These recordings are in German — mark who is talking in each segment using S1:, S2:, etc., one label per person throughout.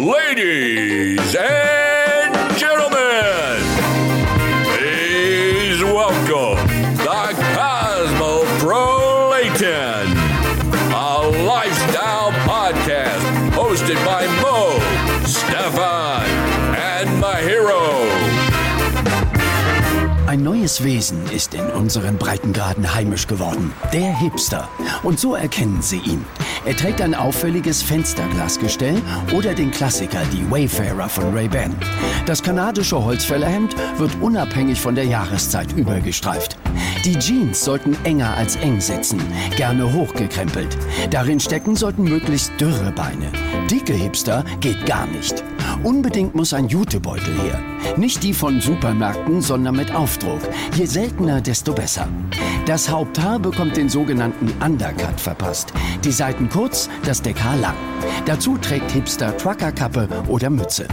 S1: Ladies and gentlemen, please welcome the Cosmo Pro Layton, a lifestyle podcast hosted by Mo, Stefan, and my hero.
S2: Ein neues Wesen ist in unseren Breitengraden heimisch geworden. Der Hipster. Und so erkennen Sie ihn. Er trägt ein auffälliges Fensterglasgestell oder den Klassiker, die Wayfarer von Ray-Ban. Das kanadische Holzfällerhemd wird unabhängig von der Jahreszeit übergestreift. Die Jeans sollten enger als eng sitzen, gerne hochgekrempelt. Darin stecken sollten möglichst dürre Beine. Dicke Hipster geht gar nicht. Unbedingt muss ein Jutebeutel her. Nicht die von Supermärkten, sondern mit Aufdruck. Je seltener, desto besser. Das Haupthaar bekommt den sogenannten Undercut verpasst. Die Seiten kurz, das Deckhaar lang. Dazu trägt Hipster Truckerkappe oder Mütze.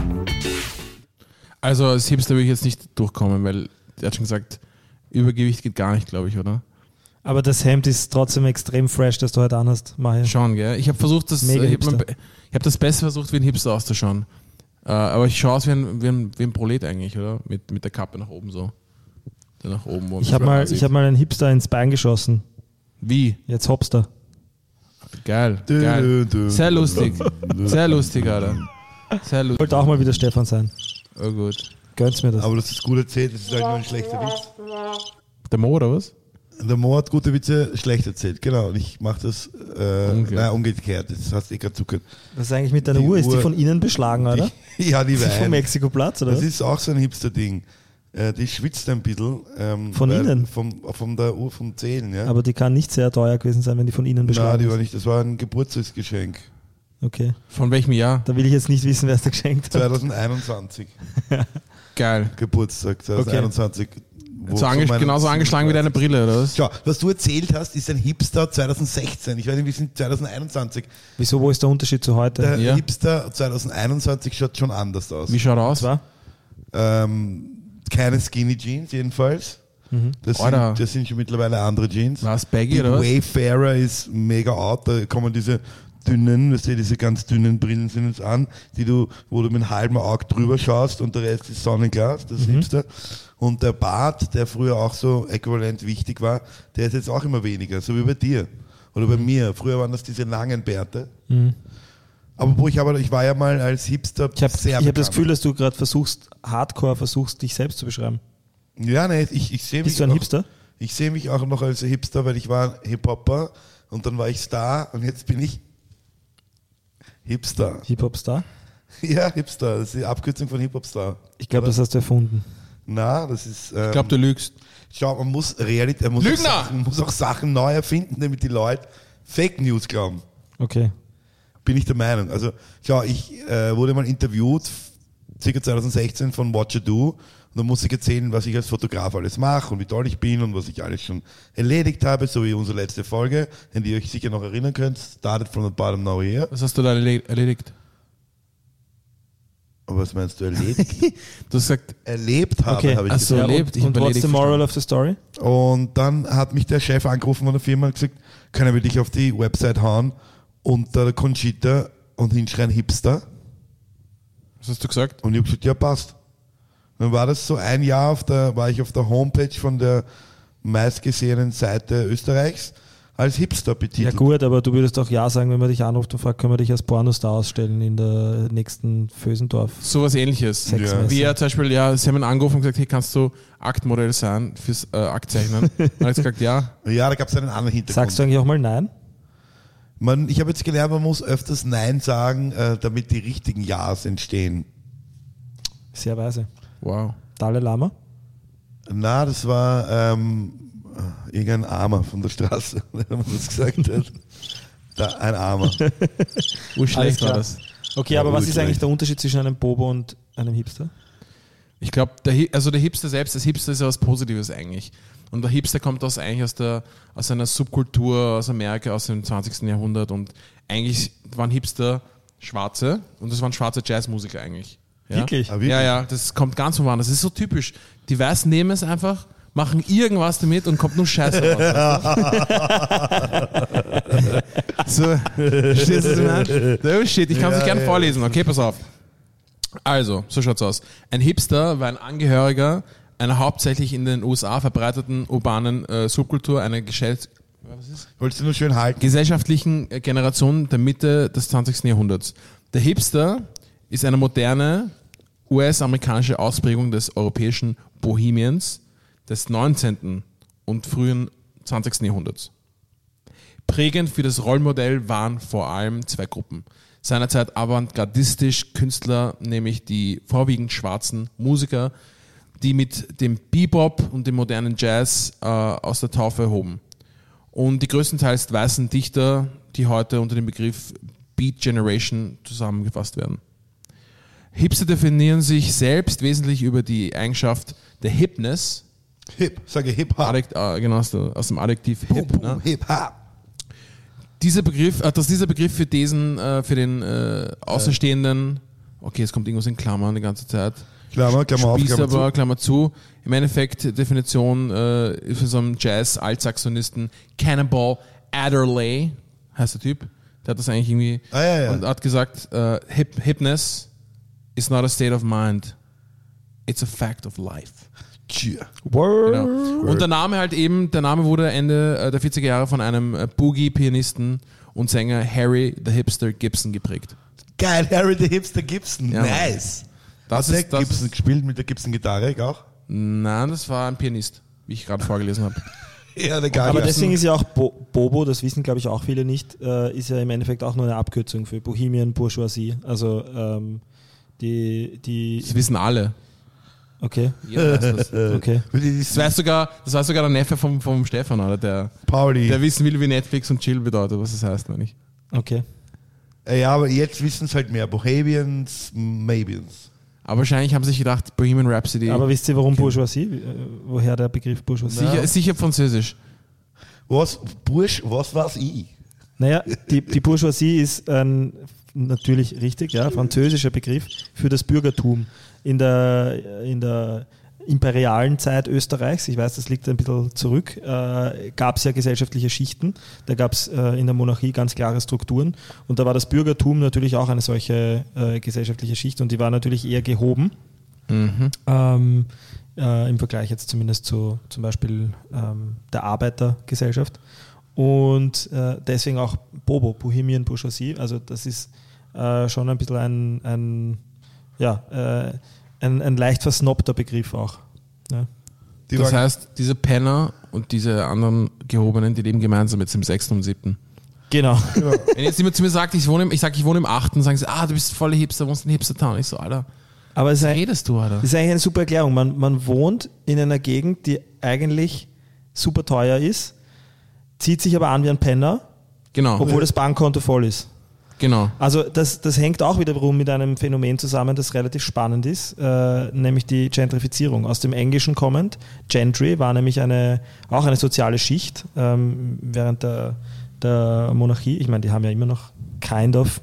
S3: Also als Hipster würde ich jetzt nicht durchkommen, weil er hat schon gesagt, Übergewicht geht gar nicht, glaube ich, oder?
S4: Aber das Hemd ist trotzdem extrem fresh, das du heute anhast, Maja.
S3: Schauen, gell? Ich habe versucht, das,
S4: Mega
S3: ich habe
S4: Hipster.
S3: mein- ich habe das besser versucht, wie ein Hipster auszuschauen. Äh, aber ich schaue aus wie ein, wie, ein, wie ein Prolet eigentlich, oder? Mit, mit der Kappe nach oben so. Der nach oben. wo
S4: Ich
S3: man
S4: habe
S3: so
S4: mal,
S3: aussieht.
S4: ich hab mal einen Hipster ins Bein geschossen.
S3: Wie?
S4: Jetzt Hopster.
S3: Geil. geil. Sehr lustig. Sehr lustig, Alter. Sehr lustig.
S4: Wollte auch mal wieder Stefan sein.
S3: Oh gut.
S4: Gönnt's mir das.
S5: Aber das ist gut erzählt, das ist eigentlich nur ein schlechter Witz.
S3: Der Mo, oder was?
S5: Der Mo hat gute Witze schlecht erzählt, genau. Und ich mache das äh,
S3: Umgekehrt.
S5: nein, umgekehrt, das hast du eh gerade zugehört.
S4: Was ist eigentlich mit deiner
S5: Die
S4: Uhr? Ist die
S5: Uhr-
S4: von innen beschlagen, oder?
S5: Ja, die
S4: Ist die vom
S5: Wein.
S4: Mexiko-Platz, oder?
S5: Das
S4: was?
S5: ist auch so ein Hipster-Ding. Äh, die schwitzt ein bisschen. Ähm,
S4: Von
S5: weil-
S4: innen?
S5: Vom, von der Uhr vom Zählen, ja.
S4: Aber die kann nicht sehr teuer gewesen sein, wenn die von innen
S5: Nein,
S4: beschlagen
S5: die war
S4: ist.
S5: nicht, das war ein Geburtstagsgeschenk.
S4: Okay.
S3: Von welchem Jahr?
S4: Da will ich jetzt nicht wissen, wer es da geschenkt hat.
S5: 2021,
S3: Geil.
S5: Geburtstag, 2021. wo
S3: So
S5: zu
S3: anges
S5: meinem-
S3: genauso angeschlagen wie deine Brille, oder was?
S5: Schau, was du erzählt hast, ist ein Hipster 2016. Ich weiß nicht, wir sind 2021.
S4: Wieso, wo ist der Unterschied zu
S5: Der
S4: heute?
S3: Ja.
S5: Hipster 2021 schaut schon anders aus.
S3: Wie schaut er aus?
S4: Zwar?
S5: Ähm, keine Skinny Jeans jedenfalls. Das, sind,
S3: Mhm. Alter.
S5: das sind schon mittlerweile andere Jeans.
S3: Was, Baggy
S5: Die
S3: oder was?
S5: Wayfarer ist mega out. Da kommen diese dünnen, weißt du, diese ganz dünnen Brillen sind uns an, die du, wo du mit einem halben Auge drüber schaust und der Rest ist Sonnenglas, das
S4: Mhm.
S5: Hipster. Und der Bart, der früher auch so äquivalent wichtig war, der ist jetzt auch immer weniger, so wie bei dir oder bei mir. Früher waren das diese langen Bärte. Aber wo ich aber, ich war ja mal als Hipster
S4: Mhm. Ich habe
S5: sehr
S4: hab das
S5: bekannt.
S4: Gefühl, dass du gerade versuchst, hardcore versuchst, dich selbst zu beschreiben.
S5: Ja, nee, ich, ich sehe mich.
S4: Bist du ein
S5: auch-
S4: Hipster?
S5: Ich sehe mich auch noch als Hipster, weil ich war Hip-Hopper und dann war ich Star und jetzt bin ich Hipster.
S4: Hip-Hop-Star?
S5: Ja, Hipster, das ist die Abkürzung von Hip-Hop-Star.
S4: Ich glaube, das hast du erfunden.
S5: Na, das ist. Ähm,
S3: Ich glaube, du lügst.
S5: schau, man muss Realität, man muss auch,
S3: Lügner!
S5: Sachen, muss auch Sachen neu erfinden, damit die Leute Fake News glauben.
S4: Okay.
S5: Bin ich der Meinung. Also, schau, ich äh, wurde mal interviewt, circa 2016 von What You Do. Und da musste ich erzählen, was ich als Fotograf alles mache und wie toll ich bin und was ich alles schon erledigt habe, so wie unsere letzte Folge, an die ihr euch sicher noch erinnern könnt. Started from the bottom now here.
S3: Was hast du da erle- erledigt?
S5: Aber was meinst du, erledigt?
S3: Du hast gesagt,
S5: erlebt habe,
S4: Okay,
S5: habe ich
S3: ach so.
S5: gesagt.
S3: erlebt, ich
S4: und, und
S3: hab
S4: what's the
S3: erledigt
S4: moral of the story?
S5: Und dann hat mich der Chef angerufen von der Firma und gesagt, können wir dich auf die Website hauen unter Conchita und hinschreien Hipster?
S3: was hast du gesagt?
S5: Und ich habe gesagt, ja, passt. Dann war das so ein Jahr auf der, war ich auf der Homepage von der meistgesehenen Seite Österreichs als Hipster
S4: Ja
S5: betitelt.
S4: gut, aber du würdest auch Ja sagen, wenn man dich anruft und fragt, können wir dich als Pornostar ausstellen in der nächsten Fösendorf.
S3: Sowas ähnliches.
S4: Sexmesse.
S3: Wie er zum Beispiel, ja, sie haben ihn angerufen und gesagt, hey, kannst du Aktmodell sein fürs äh, Aktzeichnen? Und er hat gesagt, ja.
S5: Ja, da gab es einen anderen Hintergrund.
S4: Sagst du eigentlich auch mal Nein?
S5: man, ich habe jetzt gelernt, man muss öfters Nein sagen, äh, damit die richtigen Ja's entstehen.
S4: Sehr weise.
S3: Wow.
S4: Dalai Lama?
S5: Na, das war ähm, irgendein Armer von der Straße, der mir das gesagt hat. Da, ein Armer.
S3: Wo schlecht war
S4: klar.
S3: das?
S4: Okay,
S5: Ja,
S4: aber was
S5: gut,
S4: ist eigentlich
S5: vielleicht.
S4: der Unterschied zwischen einem Bobo und einem Hipster?
S3: Ich glaube, der, Hi- also der Hipster selbst, das Hipster ist ja was Positives eigentlich. Und der Hipster kommt aus, eigentlich aus, der, aus einer Subkultur aus Amerika aus dem 20. Jahrhundert und eigentlich waren Hipster Schwarze und das waren schwarze Jazzmusiker eigentlich. Ja?
S4: Wirklich?
S5: Ah, wirklich?
S3: Ja, ja, das kommt ganz von woanders. Das ist so typisch. Die Weißen nehmen es einfach, machen irgendwas damit und kommt nur Scheiße raus. weißt du? So, verstehst du, was ich meine? Der Shit, ich kann es
S5: Ja,
S3: euch gern
S5: ja.
S3: vorlesen, okay, pass auf. Also, so schaut's aus. Ein Hipster war ein Angehöriger einer hauptsächlich in den USA verbreiteten urbanen äh, Subkultur, einer Geschäfts
S5: Wolltest du nur schön halten?
S3: gesellschaftlichen äh, Generation der Mitte des 20. Jahrhunderts. Der Hipster ist eine moderne US-amerikanische Ausprägung des europäischen Bohemiens des 19. und frühen 20. Jahrhunderts. Prägend für das Rollmodell waren vor allem zwei Gruppen. Seinerzeit avantgardistisch Künstler, nämlich die vorwiegend schwarzen Musiker, die mit dem Bebop und dem modernen Jazz äh, aus der Taufe hoben und die größtenteils weißen Dichter, die heute unter dem Begriff Beat Generation zusammengefasst werden. Hipster definieren sich selbst wesentlich über die Eigenschaft der Hipness,
S5: Hip, sage hip hop.
S3: Adjekt, äh, genau aus der- aus dem Adjektiv Hip,
S5: Boom, boom,
S3: ne?
S5: hip hop.
S3: dieser Begriff, äh, dass dieser Begriff für diesen, äh, für den äh, Außerstehenden, okay, es kommt irgendwas in Klammern die ganze Zeit.
S5: Klammer, Klammer auf,
S3: Spießer
S5: Klammer
S3: war,
S5: zu.
S3: Klammer zu. Im Endeffekt Definition äh, für so einen Jazz-Altsaxonisten Cannonball Adderley heißt der Typ. Der hat das eigentlich irgendwie
S5: Ah, ja, ja.
S3: und hat gesagt, äh, Hip Hipness is not a state of mind, it's a fact of life.
S5: Cheer.
S4: Word.
S3: Genau. Und der Name halt eben, der Name wurde Ende äh, der 40er Jahre von einem äh, Boogie-Pianisten und Sänger Harry the Hipster Gibson geprägt.
S5: Geil, Harry the Hipster Gibson.
S3: Ja, Mann.
S5: nice.
S3: Das
S5: Hat der
S3: ist, das
S5: Gibson
S3: ist,
S5: gespielt mit der Gibson-Gitarre auch?
S3: nein, das war ein Pianist, wie ich gerade vorgelesen habe.
S5: Ja, der geil.
S4: Aber deswegen ist ja auch Bo Bobo, das wissen glaube ich auch viele nicht, äh, ist ja im Endeffekt auch nur eine Abkürzung für Bohemian Bourgeoisie. Also ähm, die, die,
S3: Das wissen alle.
S4: okay,
S3: Jeder weiß das.
S5: Äh,
S4: okay.
S3: Das weiß sogar, das weiß sogar der Neffe vom, vom Stefan, oder? Der,
S5: Pauli.
S3: der wissen will, wie Netflix und Chill bedeutet, was das heißt, meine ich.
S4: Okay.
S5: Äh, Ja, aber jetzt wissen es halt mehr. Bohemians, Mabians.
S3: Aber wahrscheinlich haben sie sich gedacht, Bohemian Rhapsody.
S4: Aber wisst ihr, warum Bourgeoisie? Äh, Woher der Begriff Bourgeoisie?
S3: sicher, ist sicher französisch.
S5: Was, Bursch, was weiß ich?
S4: Naja, die, die Bourgeoisie ist ein natürlich richtig, ja, französischer Begriff für das Bürgertum in der, in der imperialen Zeit Österreichs, ich weiß, das liegt ein bisschen zurück, äh, gab es ja gesellschaftliche Schichten, da gab es äh, in der Monarchie ganz klare Strukturen und da war das Bürgertum natürlich auch eine solche äh, gesellschaftliche Schicht und die war natürlich eher gehoben ähm, äh, im Vergleich jetzt zumindest zu zum Beispiel ähm, der Arbeitergesellschaft. Und äh, deswegen auch Bobo, Bohemian Bourgeoisie. Also das ist äh, schon ein bisschen ein, ein, ja, äh, ein, ein leicht versnobter Begriff auch. ne? Ja.
S5: Die
S3: Das
S5: waren-
S3: heißt, diese Penner und diese anderen Gehobenen, die leben gemeinsam jetzt im sechsten und siebten.
S4: Genau.
S3: Wenn jetzt jemand zu mir sagt, ich wohne im, ich sag, ich wohne im achten, sagen sie, ah, du bist voller Hipster, wohnst in Hipster-Town. Ich so, Alter,
S4: Aber es ist,
S3: was
S4: ein,
S3: redest du, Alter?
S4: es ist eigentlich eine super Erklärung. Man, man wohnt in einer Gegend, die eigentlich super teuer ist, zieht sich aber an wie ein Penner,
S3: Genau,
S4: obwohl das Bankkonto voll ist.
S3: genau.
S4: Also das, das hängt auch wiederum mit einem Phänomen zusammen, das relativ spannend ist, äh, nämlich die Gentrifizierung. Aus dem Englischen kommend, Gentry war nämlich eine, auch eine soziale Schicht ähm, während der, der Monarchie. Ich meine, die haben ja immer noch kind of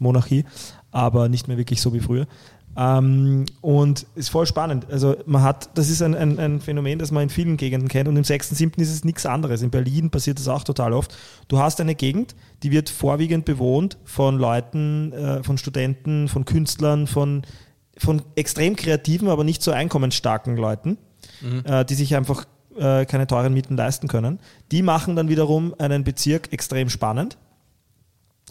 S4: Monarchie, aber nicht mehr wirklich so wie früher. Ähm, und ist voll spannend. Also man hat, das ist ein, ein, ein Phänomen, das man in vielen Gegenden kennt und im 6. 7. ist es nichts anderes. In Berlin passiert das auch total oft. Du hast eine Gegend, die wird vorwiegend bewohnt von Leuten, äh, von Studenten, von Künstlern, von, von extrem kreativen, aber nicht so einkommensstarken Leuten, äh, die sich einfach äh, keine teuren Mieten leisten können. Die machen dann wiederum einen Bezirk extrem spannend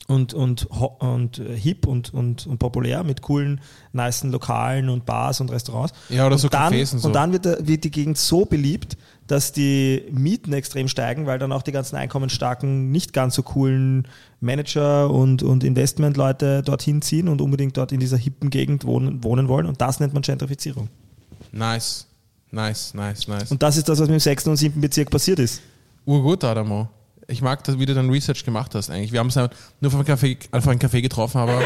S4: und, und, ho- und äh, hip und, und, und populär mit coolen, nicen Lokalen und Bars und Restaurants.
S3: Ja, oder
S4: und
S3: so
S4: dann,
S3: Cafés und so.
S4: Und dann wird, der, wird die Gegend so beliebt, dass die Mieten extrem steigen, weil dann auch die ganzen einkommensstarken, nicht ganz so coolen Manager und, und Investmentleute dorthin ziehen und unbedingt dort in dieser hippen Gegend wohnen, wohnen wollen. Und das nennt man Gentrifizierung.
S3: Nice, nice, nice, nice.
S4: Und das ist das, was mit dem sechsten und siebten Bezirk passiert ist.
S3: Urgut, Adamo. Ich mag, dass, wie du dein Research gemacht hast eigentlich. Wir haben es nur auf einem Café, auf einem Café getroffen, aber, aber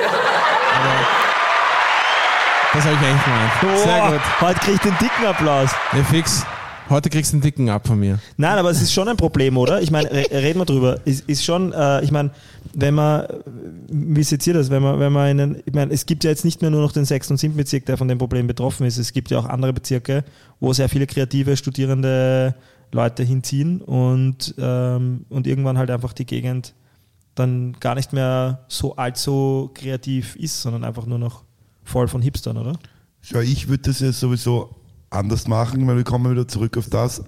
S3: das habe ich eigentlich gemeint. Sehr
S4: Boah,
S3: gut.
S4: Heute krieg ich den dicken Applaus.
S3: Ja, fix. Heute kriegst du einen dicken ab von mir.
S4: Nein, aber es ist schon ein Problem, oder? Ich meine, re- reden wir drüber. Ist, ist schon, äh, ich meine, wenn man, äh, wie seht ihr das, wenn man, wenn man in den, ich meine, es gibt ja jetzt nicht mehr nur noch den 6. und 7. Bezirk, der von dem Problem betroffen ist. Es gibt ja auch andere Bezirke, wo sehr viele kreative, studierende Leute hinziehen und, ähm, und irgendwann halt einfach die Gegend dann gar nicht mehr so allzu kreativ ist, sondern einfach nur noch voll von Hipstern, oder?
S5: Schau, ich würde das jetzt sowieso anders machen, weil wir kommen wieder zurück auf das.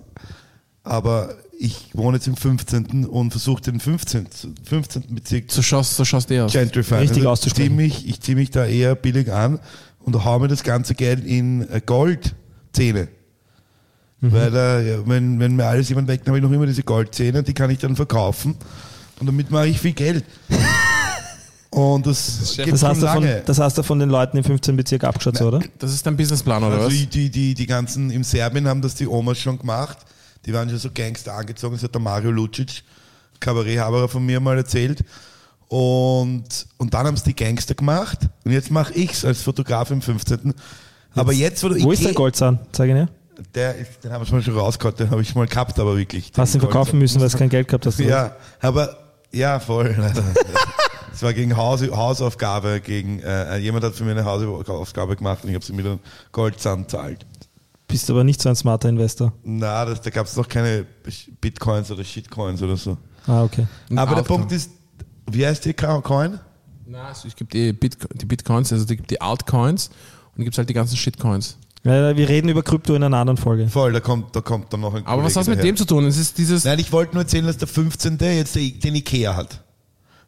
S5: Aber ich wohne jetzt im 15. und versuche den 15. 15. Bezirk
S3: So schaust, so schaust du aus.
S5: gentrifieren.
S4: Richtig
S5: Also
S4: auszusprechen.
S5: zieh mich, ich ziehe mich da eher billig an und hau mir das ganze Geld in äh, Goldzähne.
S4: Mhm.
S5: Weil da, ja, wenn, wenn mir alles jemand weckt, habe ich noch immer diese Goldzähne, die kann ich dann verkaufen. Und damit mache ich viel Geld. und das,
S3: Chef.
S5: geht
S4: Das
S5: schon
S4: hast, du von,
S5: lange.
S4: das hast du von den Leuten im 15. Bezirk abgeschaut, so, oder?
S3: Das ist dein Businessplan, oder
S5: also
S3: was?
S5: die, die, die, die ganzen in Serbien haben das die Omas schon gemacht. Die waren schon so Gangster angezogen. Das hat der Mario Lucic, Kabaretthaberer von mir, mal erzählt. Und, und dann haben es die Gangster gemacht. Und jetzt mache ich's als Fotograf im 15. Aber jetzt, wo du
S4: Wo
S5: ich
S4: ist dein
S5: geh-
S4: Goldzahn? Zeig ihn her.
S5: Der ist, den haben wir schon rausgehört, den habe ich mal gehabt, aber wirklich.
S4: Hast ihn
S5: Den
S4: verkaufen müssen, weil es kein Geld gehabt hast. oder?
S5: ja, aber ja, voll. Es war gegen Haus, Hausaufgabe, gegen äh, jemand hat für mich eine Hausaufgabe gemacht und ich habe sie mit einem Goldzahn zahlt.
S4: Bist aber nicht so ein smarter Investor.
S5: Na, das, da gab es noch keine Bitcoins oder Shitcoins oder so.
S4: Ah, okay.
S3: Ein
S5: Aber der
S3: Outcome.
S5: Punkt ist, wie heißt die Ka- Coin?
S3: Nein, also es gibt die, Bitco die Bitcoins, also es gibt die Altcoins und es gibt halt die ganzen Shitcoins.
S4: Ja, wir reden über Krypto in einer anderen Folge.
S5: Voll, da kommt, da kommt dann noch ein
S3: Aber was
S5: Kollege
S3: hat mit
S5: daher.
S3: dem zu tun? Es ist dieses.
S5: Nein, ich wollte nur erzählen, dass der 15. jetzt der- den Ikea hat.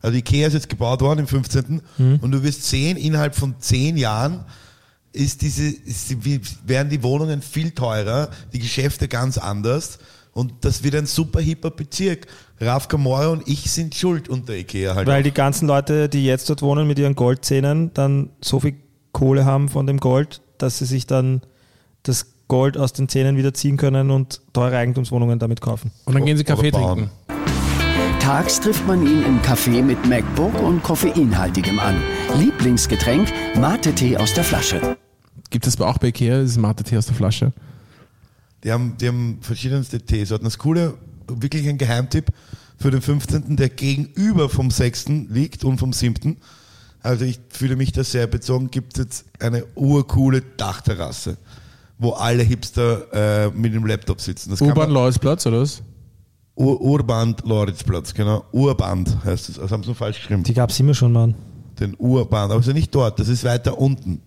S5: Also Ikea ist jetzt gebaut worden im 15.
S3: Mhm.
S5: Und du wirst sehen, innerhalb von 10 Jahren ist diese, ist, wie- werden die Wohnungen viel teurer, die Geschäfte ganz anders. Und das wird ein super hipper Bezirk. Raf Kamora und ich sind schuld unter Ikea halt.
S4: Weil die ganzen Leute, die jetzt dort wohnen mit ihren Goldzähnen, dann so viel Kohle haben von dem Gold, dass sie sich dann das Gold aus den Zähnen wieder ziehen können und teure Eigentumswohnungen damit kaufen.
S3: Und dann gehen sie
S5: Oder
S3: Kaffee
S5: Baum.
S3: trinken.
S2: Tags trifft man ihn im Café mit MacBook und Koffeinhaltigem an. Lieblingsgetränk, Mate-Tee aus der Flasche.
S3: Gibt es auch bei Ikea, dieses Mate-Tee aus der Flasche?
S5: Die haben, die haben verschiedenste Teesorten. Das Coole, wirklich ein Geheimtipp für den 15., der gegenüber vom 6. liegt und vom 7. Also ich fühle mich da sehr bezogen, gibt es jetzt eine urcoole Dachterrasse, wo alle Hipster äh, mit dem Laptop sitzen. Das kann man-
S3: U-Bahn-Leusplatz, oder was?
S5: Ur Urband Loritzplatz, genau. Urband heißt es. Das haben sie nur falsch geschrieben.
S4: Die gab es immer schon, Mann.
S5: Den Urband. Aber es ist ja nicht dort, das ist weiter unten.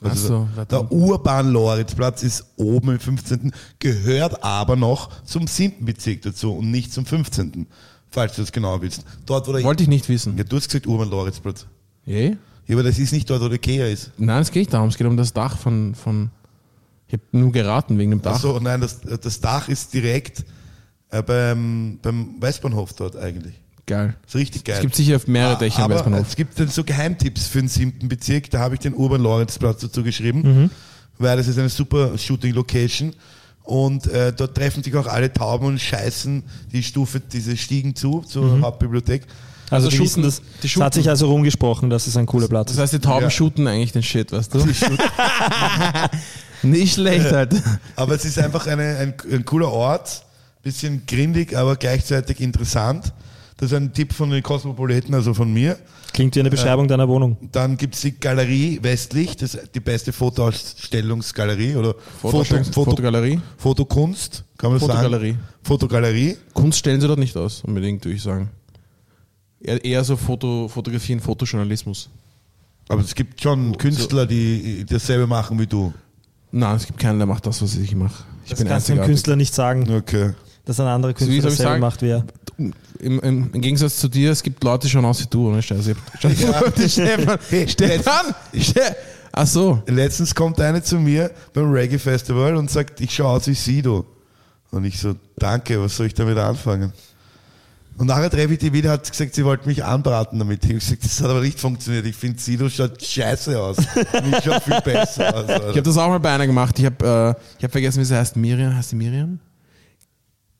S5: Also
S3: Achso,
S5: der Urban-Loritzplatz ist oben im 15., gehört aber noch zum 7. Bezirk dazu und nicht zum 15., falls du das genau willst. Dort, wo der
S3: wollte ich nicht wissen.
S5: ja, du hast gesagt Urban-Loritzplatz.
S3: Je?
S5: Ja, aber das ist nicht dort, wo der Ikea ist.
S3: Nein, es geht nicht darum. Es geht um das Dach von. von ich habe nur geraten wegen dem Dach.
S5: Achso, nein, das, das Dach ist direkt äh, beim, beim Westbahnhof dort eigentlich.
S3: Geil.
S5: ist richtig geil. Ah,
S3: Es gibt sicher mehrere Dächer im
S5: aber
S3: Westbahnhof.
S5: Es gibt dann so Geheimtipps für den siebten Bezirk, da habe ich den Urban-Lawrence-Platz dazu
S3: Mhm.
S5: geschrieben, weil das ist eine super Shooting-Location und äh, dort treffen sich auch alle Tauben und scheißen die Stufe, diese Stiegen zu, zur
S3: Mhm.
S5: Hauptbibliothek.
S4: Also,
S3: Also
S4: die
S3: Schuten,
S4: wissen das.
S3: die
S4: Es hat
S3: Schuten.
S4: sich also rumgesprochen, dass es ein cooler Platz
S3: Das
S4: ist.
S3: heißt, die Tauben
S5: Ja.
S3: shooten eigentlich den Shit, weißt du? nicht schlecht, halt.
S5: Aber es ist einfach eine, ein, ein cooler Ort, bisschen grindig, aber gleichzeitig interessant. Das ist ein Tipp von den Kosmopoliten, also von mir.
S4: Klingt wie eine Beschreibung deiner Wohnung.
S5: Dann gibt es die Galerie Westlich, das ist die beste Fotoausstellungsgalerie oder
S3: Foto,
S5: Foto, Foto,
S3: Fotogalerie.
S5: Fotokunst, kann man das
S3: Fotogalerie.
S5: sagen? Fotogalerie.
S3: Kunst stellen sie dort nicht aus, unbedingt, würde ich sagen. Eher, eher so Foto, Fotografie und Fotojournalismus.
S5: Aber es gibt schon Künstler, die dasselbe machen wie du.
S3: Nein, es gibt keinen, der macht das, was ich mache. Ich
S4: Das
S3: bin
S4: kannst du dem
S3: einzigartig.
S4: Künstler nicht sagen,
S5: Okay.
S4: dass ein anderer Künstler
S3: soll ich
S4: dasselbe
S3: sagen?
S4: macht wie er.
S3: Im, im, Im Gegensatz zu dir, es gibt Leute, die schauen aus wie du, ne? ohne Scheiße. Ich hab- Stefan,
S5: Hey,
S3: Stefan! Ste- Ach so.
S5: Letztens kommt eine zu mir beim Reggae Festival und sagt, ich schaue aus wie Sido. Und ich so, danke, was soll ich damit anfangen? Und nachher treffe ich die wieder, hat gesagt, sie wollte mich anbraten damit. Ich habe gesagt, das hat aber nicht funktioniert. Ich finde, Sido schaut scheiße aus. Und ich schaue viel besser aus.
S3: Ich habe
S5: Alter.
S3: das auch mal bei einer gemacht. Ich habe äh, ich hab vergessen, wie sie heißt. Miriam, heißt sie Miriam?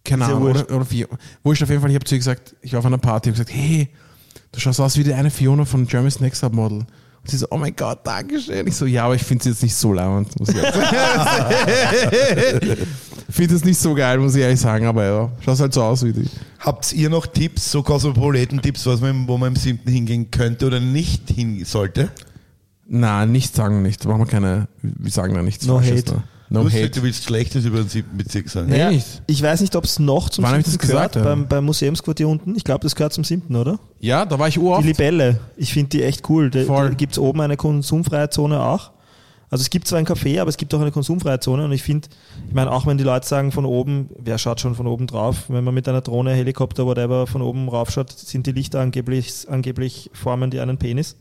S3: Keine
S4: Ist ja
S3: Ahnung.
S4: wurscht.
S3: Oder, oder Fiona. Wurscht auf jeden Fall. Ich habe zu ihr gesagt, ich war auf einer Party und gesagt, hey, du schaust aus wie die eine Fiona von Jeremy's Next Top Model. Und sie so, oh mein Gott, Dankeschön. Ich so, ja, aber ich finde sie jetzt nicht so lauernd. Muss ich ehrlich sagen. Ich finde es nicht so geil, muss ich ehrlich sagen, aber ja, schaust halt so aus wie die.
S5: Habt ihr noch Tipps, so Kosmopoliten-Tipps, was man, wo man im siebten hingehen könnte oder nicht hin sollte?
S3: Na, nichts sagen nicht. Machen wir keine, wir sagen da nichts
S4: No
S3: Falsches ne?
S4: hate.
S3: da. No
S5: du, hast
S3: hate.
S5: gesagt, du willst Schlechtes über den siebten Bezirk sagen.
S3: Nee,
S4: Ja,
S3: nicht.
S4: Ich weiß nicht, ob es noch zum
S3: Wann hab ich
S4: siebten
S3: das gesagt,
S4: gehört,
S3: ja?
S4: beim, beim Museumsquartier unten. Ich glaube, das gehört zum siebten, oder?
S3: Ja, da war ich
S4: Die
S3: uroft.
S4: Libelle. Ich finde die echt cool. Da, da
S3: Voll.
S4: gibt es oben eine konsumfreie Zone auch. Also es gibt zwar ein Café, aber es gibt auch eine konsumfreie Zone. Und ich finde, ich meine, auch wenn die Leute sagen von oben, wer schaut schon von oben drauf, wenn man mit einer Drohne, Helikopter, whatever von oben raufschaut, sind die Lichter angeblich, angeblich formen die einen Penis.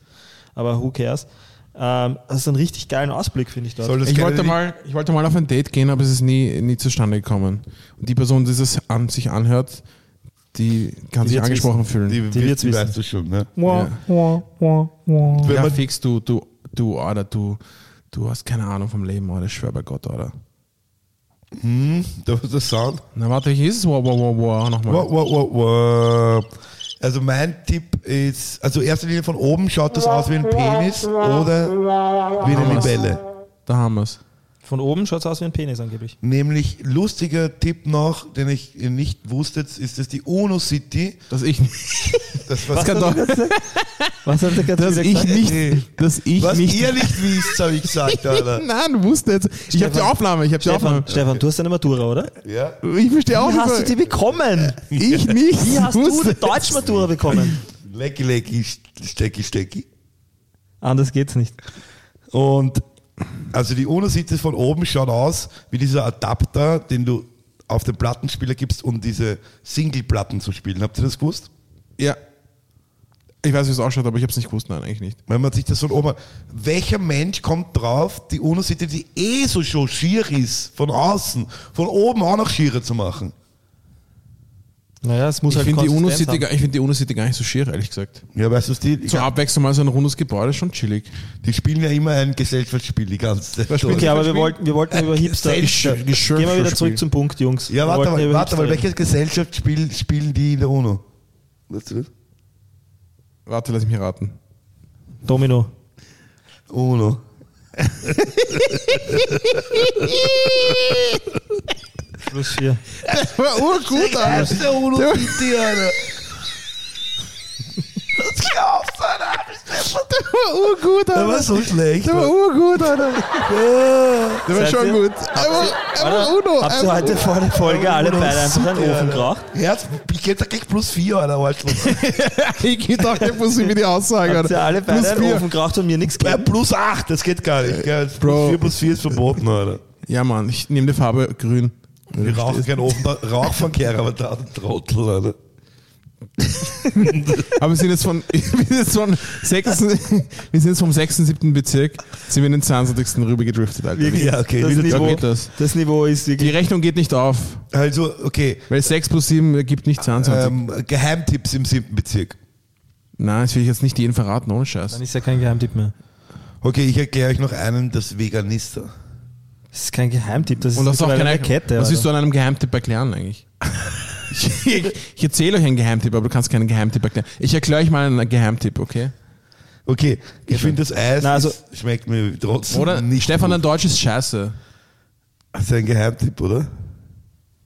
S4: Aber who cares? Ähm, das ist ein richtig geilen Ausblick, finde ich dort.
S5: Soll das
S3: Ich
S5: keine-
S3: wollte, mal, ich wollte mal auf ein Date gehen, aber es ist nie, nie zustande gekommen. Und die Person, die das an sich anhört, die kann sich
S4: wird's
S3: angesprochen fühlen.
S5: Die,
S4: Die wird's
S5: die
S4: wissen.
S5: weißt du schon, ne?
S3: ja.
S5: Wenn
S3: ja,
S5: man,
S3: fix, du, du, du, Alter, du, du hast keine Ahnung vom Leben, Alter, ich schwör bei Gott, Alter.
S5: da war der Sound.
S3: Na warte, hier ist es wow, wow, wow, wow, nochmal.
S5: Wow, wow, wow, wow. Also mein Tipp ist, also in erster Linie von oben schaut das aus wie ein Penis oder wie eine Libelle.
S3: Da haben wir es.
S4: Von oben schaut es aus wie ein Penis angeblich.
S5: Nämlich lustiger Tipp noch, den ich nicht wusste, ist, dass die UNO City,
S3: Dass ich,
S5: das was,
S3: kann doch,
S4: Was hat der
S3: dass ich nicht, dass ich
S5: was
S3: nicht.
S5: ihr nicht wisst, habe ich gesagt, Alter.
S3: Nein, du wusstest jetzt. Ich habe die
S4: Stefan,
S3: Aufnahme, ich habe die
S4: Stefan, äh,
S3: Aufnahme.
S4: Stefan, du hast eine Matura, oder?
S5: Ja.
S3: Ich verstehe auch
S4: Wie hast du
S3: nicht,
S4: die bekommen?
S3: Ich nicht.
S4: Äh, Wie hast du eine
S3: wusste.
S4: Deutschmatura bekommen?
S5: Lecki, lecki, stecki, stecki.
S4: Anders geht's nicht.
S5: Und also die UNO City von oben schaut aus wie dieser Adapter, den du auf den Plattenspieler gibst, um diese Single-Platten zu spielen. Habt ihr das gewusst?
S3: Ja. Ich weiß, wie es ausschaut, aber ich habe es nicht gewusst. Nein, eigentlich nicht.
S5: Wenn man sich das von oben. an- Welcher Mensch kommt drauf, die UNO City, die eh so schon schier ist, von außen, von oben auch noch schierer zu machen?
S4: Naja, es muss
S3: Ich
S4: halt
S3: finde die
S4: Konsistenz
S3: UNO-City
S4: haben.
S3: gar- ich find die UNO-City gar nicht so schier, ehrlich gesagt.
S5: Ja, weißt du, was die,
S3: Zur Abwechslung mal so ein rundes Gebäude ist schon chillig.
S5: die spielen ja immer ein Gesellschaftsspiel die ganze Zeit.
S4: Okay, aber wir wollten, wir wollten über Hipster.
S5: Gesellschaft-
S4: Gehen
S3: Geschirr-
S4: wir wieder
S3: Geschirrspiel.
S4: zurück zum Punkt, Jungs.
S5: Ja,
S4: Wir
S5: warte
S4: wollten
S5: mal,
S4: über
S5: warte mal,
S4: Hipster
S5: welches Gesellschaftsspiel spielen die in der UNO? Weißt du das?
S3: Warte, lass mich raten.
S4: reden. Domino.
S5: UNO.
S4: Plus vier.
S3: War urgut, Alter.
S5: der UNO City, Alter. Das glaubst du, Alter.
S3: Der war Oh, urgut,
S5: Der war
S3: Alter.
S5: so schlecht.
S3: Der war urgut, Alter.
S5: Ah,
S3: Der war
S4: Seid
S3: schon
S4: ihr-
S3: gut. Aber Uno.
S4: Habt ihr
S3: einfach-
S4: heute vor der Folge alle
S5: äh, UNO
S4: beide einfach einen
S5: City,
S4: Ofen
S5: äh, Alter.
S4: geraucht?
S5: Herz, ich hätte gleich plus 4, Alter. Alter.
S3: Ich geht auch nicht, muss ich mir die Aussage.
S4: Habt ihr alle beide einen Ofen geraucht und mir nichts
S5: Ja,
S4: gegeben?
S5: plus 8, das geht gar nicht. Gell?
S3: Bro.
S5: Plus 4 plus 4 ist verboten, Alter.
S3: Ja, Mann, ich nehme die Farbe grün.
S5: Wir rauchen keinen Ofen, Rauchverkehr, aber da ein Trottel, Alter.
S3: Aber wir sind jetzt von, wir sind jetzt von sechsten, wir sind jetzt vom 6. 7. Bezirk, sind wir in den 22. rüber gedriftet, Alter.
S4: Wirklich,
S5: Ja, okay,
S4: das,
S5: wieder
S4: Niveau,
S3: zurück. Das-
S4: das Niveau ist
S3: Die
S4: wirklich.
S3: Rechnung geht nicht auf,
S5: Also, okay.
S3: weil 6 plus 7 ergibt nicht 22.
S5: Ähm, Geheimtipps im siebten Bezirk.
S3: Nein, das will ich jetzt nicht jeden verraten, ohne Scheiß.
S4: Dann ist ja kein Geheimtipp mehr.
S5: Okay, ich erkläre euch noch einen, das Veganister.
S4: Das ist kein Geheimtipp, das ist
S3: Und das ist auch
S4: mittlerweile
S3: keine
S4: eine Kette.
S3: Was
S4: Alter.
S3: willst du an einem Geheimtipp erklären eigentlich? Ich, ich erzähle euch einen Geheimtipp, aber du kannst keinen Geheimtipp erklären. Ich erkläre euch mal einen Geheimtipp, okay?
S5: Okay, ich finde das Eis
S4: Na, also-
S5: ist- schmeckt mir trotzdem
S3: Oder?
S5: nicht.
S3: Stefan, ein
S5: gut.
S3: Deutsch ist scheiße.
S5: Das ist ein Geheimtipp, oder?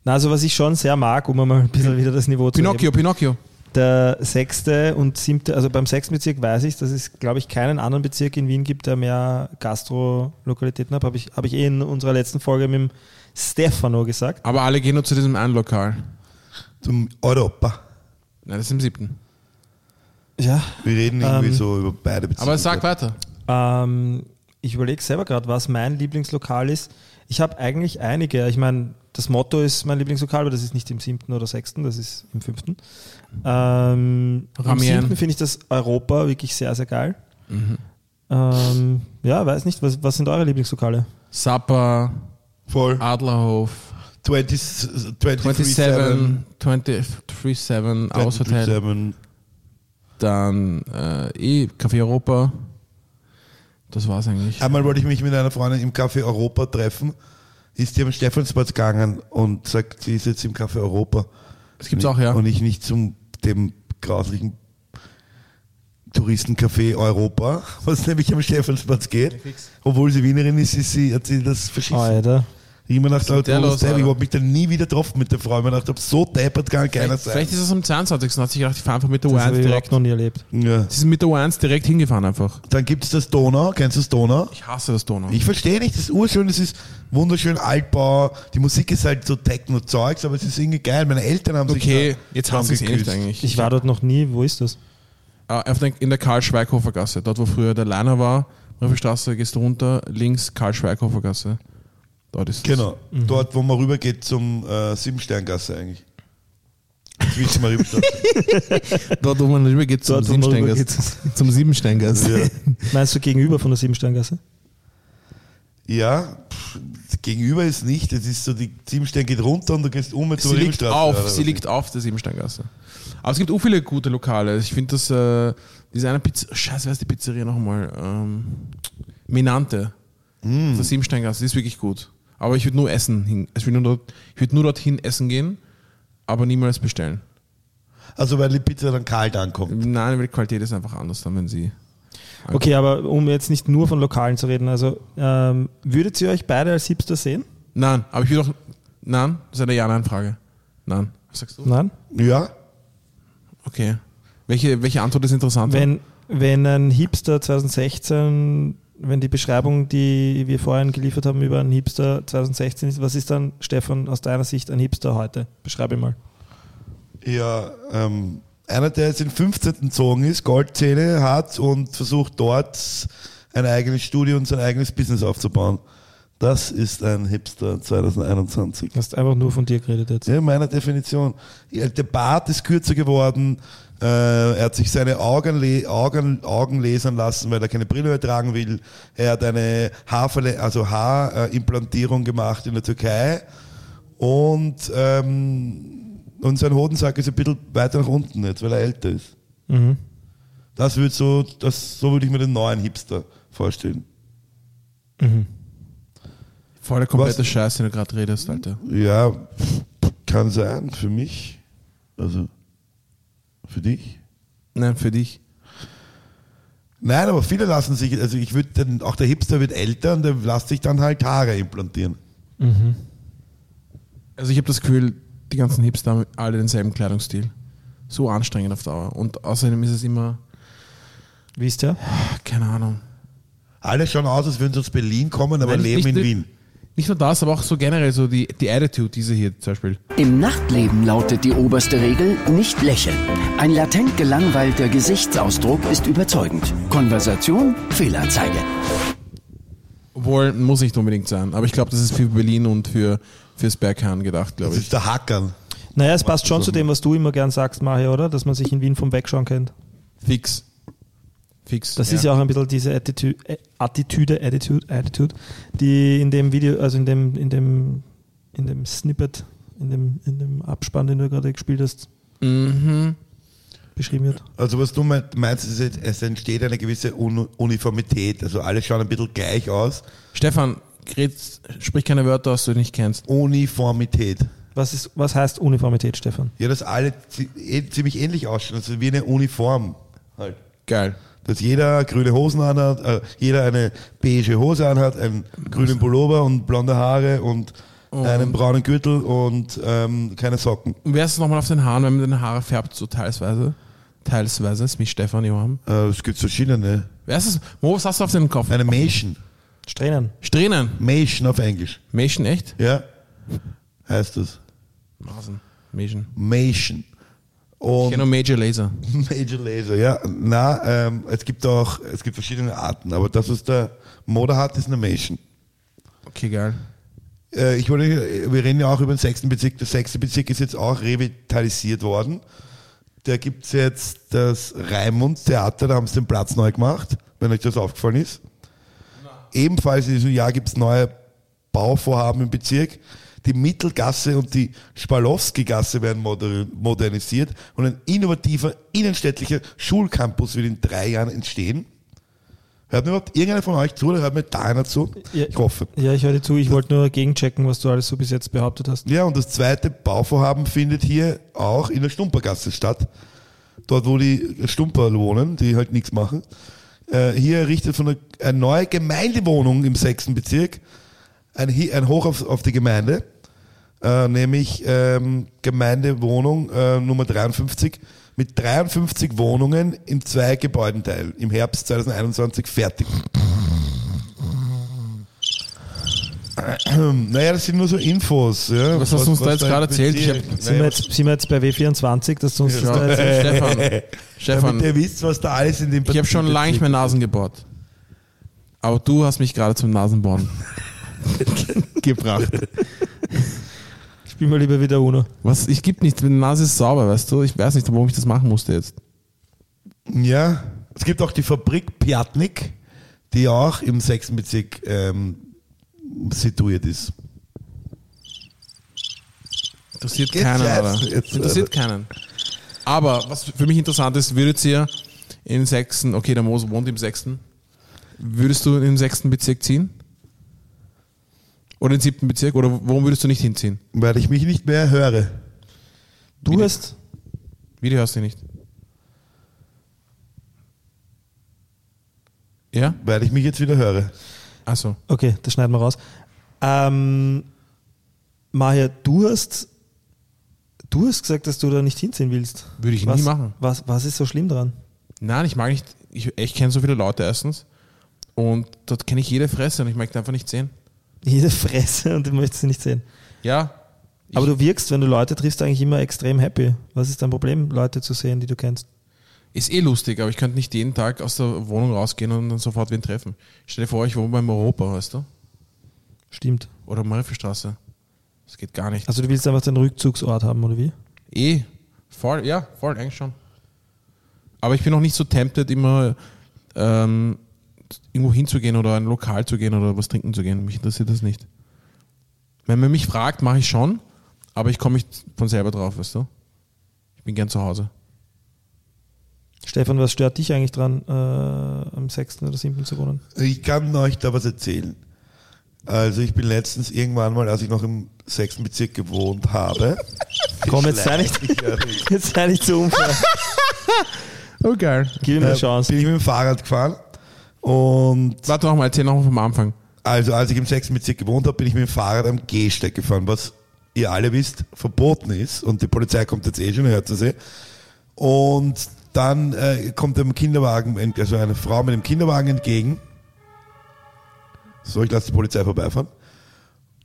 S4: Na, also was ich schon sehr mag, um mal ein bisschen wieder das Niveau zu heben.
S3: Pinocchio, Pinocchio.
S4: Der sechste und siebte, also beim sechsten Bezirk weiß ich, dass es, glaube ich, keinen anderen Bezirk in Wien gibt, der mehr Gastro-Lokalitäten hat. Habe ich, hab ich eh in unserer letzten Folge mit dem Stefano gesagt.
S3: Aber alle gehen nur zu diesem einen Lokal.
S5: Zum Europa.
S3: Nein, das ist im siebten.
S4: Ja.
S5: Wir reden irgendwie
S4: Ähm,
S5: so über beide Bezirke.
S3: Aber sag weiter.
S4: Ähm, ich überlege selber gerade, was mein Lieblingslokal ist. Ich habe eigentlich einige. Ich meine, das Motto ist mein Lieblingslokal, aber das ist nicht im siebten oder sechsten, das ist im fünften. Ähm, Im
S3: Ramen.
S4: siebten finde ich das Europa wirklich sehr, sehr geil. Ähm, ja, weiß nicht, was, was sind eure Lieblingslokale?
S3: Sappa,
S5: Voll.
S3: Adlerhof,
S5: 20, 27,
S3: 27, 237 Aushotel,
S5: 27.
S3: dann äh, eh Café Europa. Das war's eigentlich.
S5: Einmal wollte ich mich mit einer Freundin im Café Europa treffen, ist die am Stephansplatz gegangen und sagt, sie ist jetzt im Café Europa.
S3: Das gibt's auch, ja.
S5: Und ich nicht zum dem grauslichen Touristencafé Europa,
S3: Ah,
S5: was nämlich am Stephansplatz geht. Obwohl sie Wienerin ist, ist sie, hat sie das verschissen.
S4: Alter.
S5: Ich mir dachte, halt,
S3: der
S5: du
S3: los,
S5: bist depp, ich
S3: Alter?
S5: hab mich dann nie wieder getroffen mit der Frau. Ich mir dachte, so deppert kann keiner sein.
S3: Vielleicht ist es am 22. Hat sich gedacht, ich fahre einfach mit der
S4: Das eh habe
S3: U1
S4: ich überhaupt
S3: direkt.
S4: noch nie erlebt.
S5: Ja.
S3: Sie sind mit der U1 direkt hingefahren einfach.
S5: Dann gibt's das Donau. Kennst du das Donau?
S3: Ich hasse das Donau.
S5: Ich verstehe nicht, das ist urschön, das ist wunderschön Altbau, die Musik ist halt so Techno-Zeugs, aber es ist irgendwie geil. Meine Eltern haben sich
S3: okay,
S5: da
S3: jetzt
S5: dran
S3: hasse ich es eh nicht
S5: geküsst.
S3: eigentlich.
S4: Ich war dort noch nie. Wo ist das?
S3: Äh, auf den, in der Karl-Schweighofer-Gasse, dort wo früher der Liner war, Röfelstraße gehst du runter, links Karl-Schweighofer-Gasse. Dort ist es.
S5: Genau, dort wo man rübergeht zum äh, Siebensterngasse eigentlich. Zwischen Marienstadt.
S3: Dort wo man rüber geht zum
S4: Dort, wo man
S3: Siebensteingast. Zum Siebensteingast.
S5: ja.
S4: Meinst du gegenüber von der Siebensteingasse?
S5: ja, pff, gegenüber ist nicht, es ist so, die Siebenstern geht runter und du gehst um mit
S3: Sie
S5: zur
S3: liegt
S5: Riemenstraße.
S3: auf, sie liegt auf der Siebensteingasse. Aber es gibt auch viele gute Lokale. Ich finde das, äh, diese eine Pizza, scheiße, wer ist die Pizzeria nochmal? Ähm, Menante.
S5: Mm.
S3: Auf Der Siebensteingasse, die ist wirklich gut. Aber ich würde nur essen hin. Ich würde nur, dort, ich würd nur dorthin essen gehen, aber niemals bestellen.
S5: Also weil die Pizza dann kalt ankommt.
S3: Nein, weil die Qualität ist einfach anders dann, wenn sie.
S4: Okay, aber um jetzt nicht nur von Lokalen zu reden, also ähm, würdet ihr euch beide als Hipster sehen?
S3: Nein, aber ich würde auch. Nein, das ist eine Ja-Nein-Frage. Nein. Was sagst du?
S4: Nein?
S5: Ja,
S3: Okay. Welche, welche Antwort ist interessant?
S4: Wenn, wenn ein Hipster 2016, wenn die Beschreibung, die wir vorhin geliefert haben über einen Hipster 2016 ist, was ist dann, Stefan, aus deiner Sicht ein Hipster heute? Beschreibe mal.
S5: Ja, ähm, einer, der jetzt in 15. gezogen ist, Goldzähne hat und versucht dort ein eigenes Studio und sein eigenes Business aufzubauen. Das ist ein Hipster 2021.
S4: Du hast einfach nur von dir geredet jetzt.
S5: Ja, in meiner Definition. Ja, Der Bart ist kürzer geworden. Äh, er hat sich seine Augen, le- Augen, Augen lesern lassen, weil er keine Brille mehr tragen will. Er hat eine Haarverle also Haarimpplantierung gemacht in der Türkei. Und, ähm, und sein Hodensack ist ein bisschen weiter nach unten jetzt, weil er älter ist. Das wird so, das, so würde ich mir den neuen Hipster vorstellen.
S3: Voll der komplette
S5: Was?
S3: Scheiß, den du gerade redest, Alter.
S5: Ja, kann sein, für mich. Also, für dich.
S3: Nein, für dich.
S5: Nein, aber viele lassen sich, also ich würde dann, auch der Hipster wird älter und der lässt sich dann halt Haare implantieren.
S3: Also ich habe das Gefühl, die ganzen Hipster haben alle denselben Kleidungsstil. So anstrengend auf Dauer. Und außerdem ist es immer,
S4: Wisst ihr?
S3: keine Ahnung.
S5: Alle schauen aus, als würden sie aus Berlin kommen, aber
S3: Nein,
S5: leben
S3: nicht-
S5: in
S3: nicht-
S5: Wien.
S3: Nicht nur das, aber auch so generell so die, die Attitude, diese hier zum Beispiel.
S2: Im Nachtleben lautet die oberste Regel, nicht lächeln. Ein latent gelangweilter Gesichtsausdruck ist überzeugend. Konversation, Fehlanzeige.
S3: Obwohl, muss nicht unbedingt sein. Aber ich glaube, das ist für Berlin und für, fürs Berghain gedacht, glaube
S5: Das
S3: ich.
S5: ist der Hackern.
S4: Naja, es passt schon zu dem, was du immer gern sagst, Mario, oder? Dass man sich in Wien vom Wegschauen kennt.
S3: Fix. Fix.
S4: Das ist ja auch ein bisschen diese Attitü- äh, Attitüde, Attitude, Attitude, die in dem Video, also in dem, in dem, in dem Snippet, in dem, in dem Abspann, den du gerade gespielt hast, beschrieben wird.
S5: Also was du mein- meinst, ist, jetzt, es entsteht eine gewisse Un Uniformität. Also alle schauen ein bisschen gleich aus.
S3: Stefan, red, sprich keine Wörter aus, die du nicht kennst.
S5: Uniformität.
S4: Was, ist, was heißt Uniformität, Stefan?
S5: Ja, dass alle zi eh- ziemlich ähnlich ausschauen. Also wie eine Uniform halt.
S3: Geil.
S5: Dass jeder grüne Hosen anhat, äh, jeder eine beige Hose anhat, einen grünen Pullover und blonde Haare und einen braunen Gürtel und ähm, keine Socken.
S3: Und wer ist es nochmal auf den Haaren, wenn man deine Haare färbt, so teilsweise? Teilsweise, ist mich Stefan Johann.
S5: Äh, es gibt verschiedene.
S3: Wer ist es? Mo, was hast du auf den Kopf?
S5: Eine Mädchen.
S4: Strähnen.
S3: Strähnen.
S5: Mädchen auf Englisch.
S3: Mädchen, echt?
S5: Ja. Heißt das.
S3: Masen. Mädchen.
S5: Mädchen.
S3: Ich
S5: Und
S3: kenne nur Major Laser.
S5: Major Laser, ja. Na, ähm, es gibt auch, es gibt verschiedene Arten, aber das, was der Moder hat, ist eine Mädchen.
S3: Okay, geil.
S5: äh, ich wollte, wir reden ja auch über den sechsten Bezirk. Der sechste Bezirk ist jetzt auch revitalisiert worden. Da gibt's jetzt das Raimund Theater, da haben sie den Platz neu gemacht, wenn euch das aufgefallen ist. Ebenfalls in diesem Jahr gibt's neue Bauvorhaben im Bezirk. Die Mittelgasse und die Spalowski-Gasse werden moder- modernisiert und ein innovativer innenstädtlicher Schulcampus wird in drei Jahren entstehen. Hört mir überhaupt irgendeiner von euch zu oder hört mir da einer zu?
S4: Ja.
S5: Ich hoffe.
S4: Ja, ich höre dir zu. Ich wollte nur gegenchecken, was du alles so bis jetzt behauptet hast.
S5: Ja, und das zweite Bauvorhaben findet hier auch in der Stumpergasse statt. Dort, wo die Stumper wohnen, die halt nichts machen. Äh, hier errichtet von einer, eine neue Gemeindewohnung im sechsten Bezirk ein, Hi- ein Hoch auf, auf die Gemeinde, äh, nämlich ähm, Gemeindewohnung äh, Nummer 53 mit 53 Wohnungen in zwei Gebäudenteilen im Herbst 2021 fertig. Naja, das sind nur so Infos. Ja.
S3: Was hast du uns da jetzt gerade erzählt? Ich hab-
S5: passiert.
S4: Sind, wir
S5: Naja,
S4: jetzt, sind wir jetzt bei W24, dass du uns das da
S3: Ja,
S4: erzählst?
S3: Stefan,
S5: damit
S3: Stefan
S5: ihr wisst, was da alles in dem
S3: ich habe schon lange nicht mehr Nasen gebohrt. Aber du hast mich gerade zum Nasenbohren gebracht.
S4: Spiel mal lieber wieder UNO.
S3: Was, ich gebe nichts, meine Nase ist sauber, weißt du? Ich weiß nicht, warum ich das machen musste jetzt.
S5: Ja, es gibt auch die Fabrik Piatnik, die auch im sechsten Bezirk ähm, situiert ist.
S3: Interessiert
S5: Jetzt
S3: keinen,
S5: jetzt,
S3: Alter.
S5: jetzt,
S3: Interessiert keinen. Aber was für mich interessant ist, würdet ihr in Sechsten, okay, der Mose wohnt im Sechsten, würdest du in den sechsten Bezirk ziehen? Oder in den siebten Bezirk? Oder worum würdest du nicht hinziehen?
S5: Weil ich mich nicht mehr höre.
S4: Du hast,
S3: Wie, die hörst du nicht? Ja?
S5: Weil ich mich jetzt wieder höre.
S3: Achso.
S4: okay, das schneiden wir raus. Ähm, Maja, du hast, du hast gesagt, dass du da nicht hinziehen willst.
S3: Würde ich nie
S4: was,
S3: machen.
S4: Was, was ist so schlimm dran?
S3: Nein, ich mag nicht. Ich, ich kenne so viele Leute erstens. Und dort kenne ich jede Fresse und ich mag die einfach nicht sehen.
S4: Jede Fresse und du möchtest sie nicht sehen.
S3: Ja. Ich-
S4: Aber du wirkst, wenn du Leute triffst, eigentlich immer extrem happy. Was ist dein Problem, Leute zu sehen, die du kennst?
S3: Ist eh lustig, aber ich könnte nicht jeden Tag aus der Wohnung rausgehen und dann sofort wen treffen. Stell dir vor, ich wohne beim Europa, weißt du?
S4: Stimmt.
S3: Oder Marifelstraße. Das geht gar nicht.
S4: Also du willst einfach den Rückzugsort haben, oder wie?
S3: Eh, voll, ja, voll, eigentlich schon. Aber ich bin noch nicht so tempted, immer ähm, irgendwo hinzugehen oder in ein Lokal zu gehen oder was trinken zu gehen. Mich interessiert das nicht. Wenn man mich fragt, mache ich schon, aber ich komme nicht von selber drauf, weißt du? Ich bin gern zu Hause.
S4: Stefan, was stört dich eigentlich dran, äh, am 6. oder 7. zu wohnen?
S5: Ich kann euch da was erzählen. Also ich bin letztens irgendwann mal, als ich noch im sechsten Bezirk gewohnt habe.
S4: Komm, jetzt sei nicht,
S5: Ich, äh,
S4: jetzt sei nicht so unfair.
S3: Oh geil.
S4: Gib ihm eine Chance.
S5: Bin ich mit dem Fahrrad gefahren und
S3: Warte nochmal, erzähl nochmal vom Anfang.
S5: Also als ich im sechsten Bezirk gewohnt habe, bin ich mit dem Fahrrad am Gehsteig gefahren, was ihr alle wisst, verboten ist. Und die Polizei kommt jetzt eh schon, hört das eh. Und dann äh, kommt einem Kinderwagen, ent- also eine Frau mit einem Kinderwagen entgegen. So, ich lasse die Polizei vorbeifahren.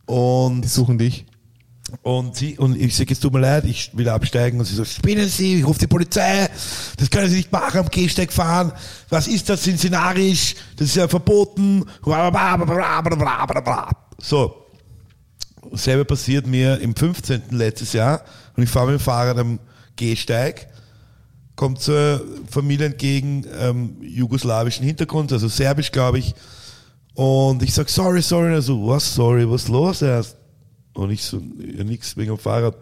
S5: Und
S3: Die suchen dich.
S5: und, sie, und ich sage, es tut mir leid, ich will absteigen. Und sie so, spinnen Sie, ich rufe die Polizei. Das können Sie nicht machen, am Gehsteig fahren. Was ist das, sind Sie narrisch? Das ist ja verboten. So, selber passiert mir im 15. letztes Jahr. Und ich fahre mit dem Fahrrad am Gehsteig kommt zur Familie entgegen, ähm, jugoslawischen Hintergrund, also serbisch, glaube ich. Und ich sag sorry, sorry. Also, was, sorry, was los erst? Und ich so, ja, nix wegen dem Fahrrad.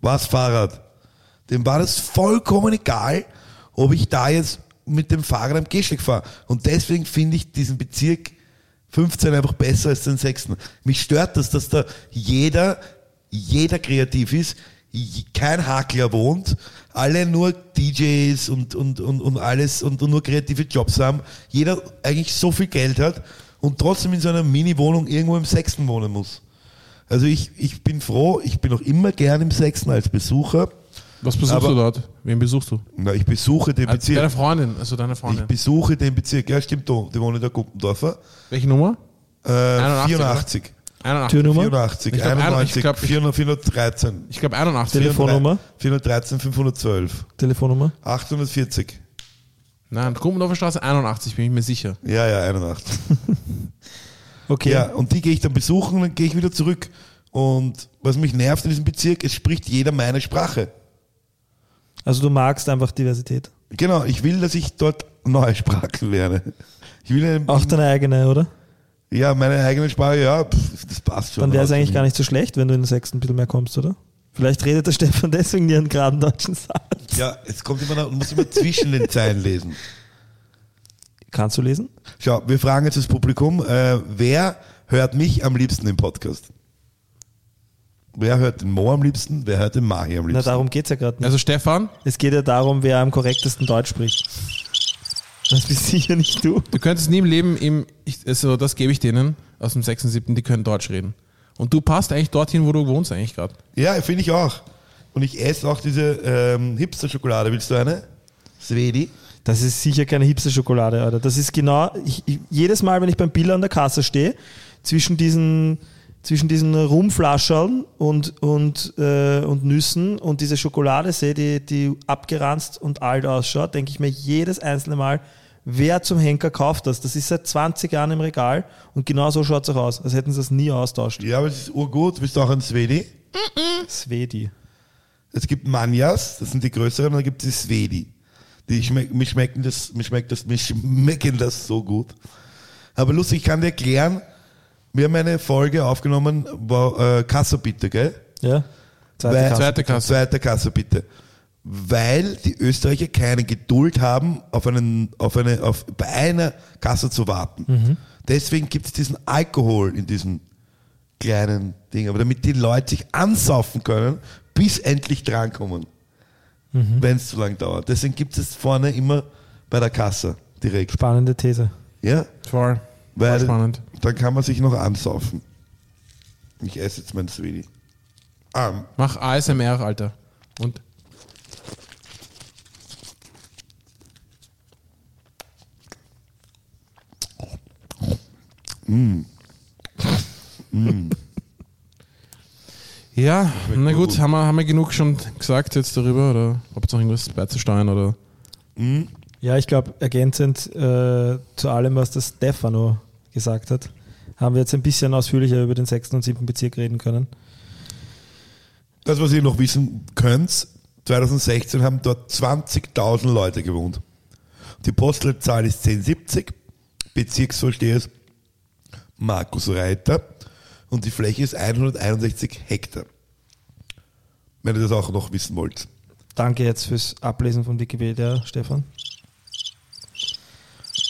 S5: Was Fahrrad? Dem war das vollkommen egal, ob ich da jetzt mit dem Fahrrad am Gehsteig fahre. Und deswegen finde ich diesen Bezirk 15 einfach besser als den 6. Mich stört das, dass da jeder, jeder kreativ ist, j- kein Hakler wohnt, alle nur DJs und, und, und, und alles und, und nur kreative Jobs haben, jeder eigentlich so viel Geld hat und trotzdem in so einer Mini-Wohnung irgendwo im 6. wohnen muss. Also ich, ich bin froh, ich bin auch immer gern im 6. als Besucher.
S3: Was besuchst
S5: Aber-
S3: du dort? Wen besuchst du?
S5: Na, ich besuche den
S3: Also deine
S5: Bezirk.
S3: Freundin, also deine
S5: Ich
S3: Freundin.
S5: besuche den Bezirk. Ja, stimmt, Tom, die wohnen in der Gumpendorfer.
S3: Welche Nummer?
S5: Äh,
S3: 81,
S5: 84.
S3: 81.
S4: Türnummer?
S5: 84,
S3: Ich glaub,
S5: 91,
S3: ich glaub, ich-
S5: 400, 413.
S3: Ich glaube 81.
S4: Telefonnummer?
S5: 413, 512.
S4: Telefonnummer?
S5: 840.
S3: Nein, Gruppendorfer Straße 81, bin ich mir sicher.
S5: Ja, ja, 81.
S4: Okay.
S5: Ja, und die gehe ich dann besuchen und dann gehe ich wieder zurück. Und was mich nervt in diesem Bezirk, es spricht jeder meine Sprache.
S4: Also du magst einfach Diversität.
S5: Genau, ich will, dass ich dort neue Sprachen lerne. Ich will einen-
S4: Auch deine eigene, oder?
S5: Ja, meine eigene Sprache, ja, pff, das passt schon.
S4: Dann wäre es
S5: Also,
S4: eigentlich gar nicht so schlecht, wenn du in den 6. ein bisschen mehr kommst, oder? Vielleicht redet der Stefan deswegen nie einen geraden deutschen Satz.
S5: Ja, jetzt kommt immer noch, muss immer zwischen den Zeilen lesen.
S4: Kannst du lesen?
S5: Schau, wir fragen jetzt das Publikum, äh, wer hört mich am liebsten im Podcast? Wer hört den Mo am liebsten? Wer hört den Mahi am
S4: Na,
S5: liebsten?
S4: darum geht es ja gerade nicht.
S3: Also Stefan,
S4: Es geht ja darum, wer am korrektesten Deutsch spricht. Das bist sicher nicht du.
S3: du könntest nie im Leben im, ich, also das gebe ich denen, aus dem 6. und 7., die können Deutsch reden. Und du passt eigentlich dorthin, wo du wohnst eigentlich gerade.
S5: Ja, finde ich auch. Und ich esse auch diese ähm, Hipster-Schokolade. Willst du eine? Svedi.
S4: Das ist sicher keine Hipster-Schokolade, Alter. Das ist genau, ich, ich, jedes Mal, wenn ich beim Biller an der Kasse stehe, zwischen diesen, zwischen diesen Rumflaschern und, und, äh, und Nüssen und diese Schokolade sehe, die, die abgeranzt und alt ausschaut, denke ich mir jedes einzelne Mal, wer zum Henker kauft das? Das ist seit 20 Jahren im Regal und genau so schaut es auch aus, als hätten sie das nie austauscht.
S5: Ja, aber es ist urgut. Willst du auch ein Svedi?
S4: Svedi.
S5: Es gibt Manjas, das sind die größeren, und dann gibt es die Svedi. Die schmeck, mir, schmecken das, mir, schmeckt das, mir schmecken das so gut. Aber lustig, ich kann dir erklären, wir haben eine Folge aufgenommen, wo, äh, Kasse bitte, gell?
S4: Ja? Zweite
S5: Weil-
S4: Kasse.
S3: Zweite Kasse.
S5: Zweite Kasse, bitte. Weil die Österreicher keine Geduld haben, auf einen, auf eine, auf, bei einer Kasse zu warten.
S4: Mhm.
S5: Deswegen gibt es diesen Alkohol in diesem kleinen Ding. Aber damit die Leute sich ansaufen können, bis endlich drankommen.
S4: Mhm.
S5: Wenn es zu lang dauert. Deswegen gibt es vorne immer bei der Kasse direkt.
S4: Spannende These.
S5: Ja?
S3: Voll.
S5: Weil
S3: Voll spannend.
S5: dann kann man sich noch ansaufen. Ich esse jetzt mein Zwiebel. Ah,
S3: Mach ASMR, Alter. Und Ja, na gut, haben wir, haben wir genug schon gesagt jetzt darüber oder ob es noch irgendwas beizusteuern oder
S4: Ja, ich glaube, ergänzend äh, zu allem, was das Stefano gesagt hat, haben wir jetzt ein bisschen ausführlicher über den 6. und 7. Bezirk reden können.
S5: Das, was ihr noch wissen könnt, 2016 haben dort 20.000 Leute gewohnt. Die Postleitzahl ist 1070, Bezirksvorsteher ist Markus Reiter und die Fläche ist 161 Hektar. Wenn ihr das auch noch wissen wollt.
S4: Danke jetzt fürs Ablesen von Wikipedia, Stefan.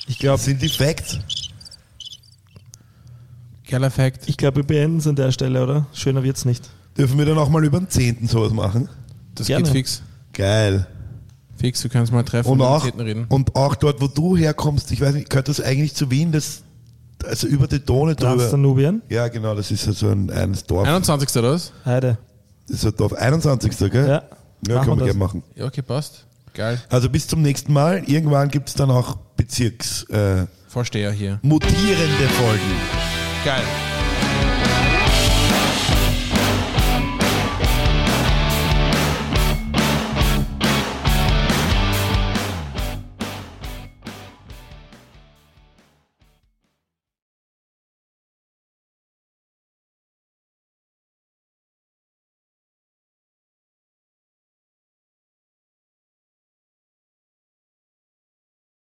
S5: Ich glaube, sind die Facts.
S3: Kerl-Effekt?
S4: Ich glaube, wir beenden es an der Stelle, oder? Schöner wird's nicht.
S5: Dürfen wir dann auch mal über den 10. sowas machen?
S3: Das
S4: Gerne.
S3: geht fix.
S5: Geil.
S3: Fix, wir können es mal treffen
S5: Und
S3: über die
S5: auch,
S3: Täten reden.
S5: und auch dort, wo du herkommst, ich weiß nicht, gehört das eigentlich zu Wien, das, also über die Donau drüber.
S4: Transdanubien,
S5: Ja, genau, das ist ja so ein, ein Dorf.
S3: 21. oder was?
S4: Heide.
S5: Das ist ja Dorf 21. Gell?
S4: Ja. Machen
S5: Ja, kann man
S4: wir das.
S5: gerne machen.
S3: Ja, okay, passt. Geil.
S5: Also bis zum nächsten Mal. Irgendwann gibt es dann auch Bezirks äh,
S3: Vorsteher hier.
S5: mutierende Folgen.
S3: Geil.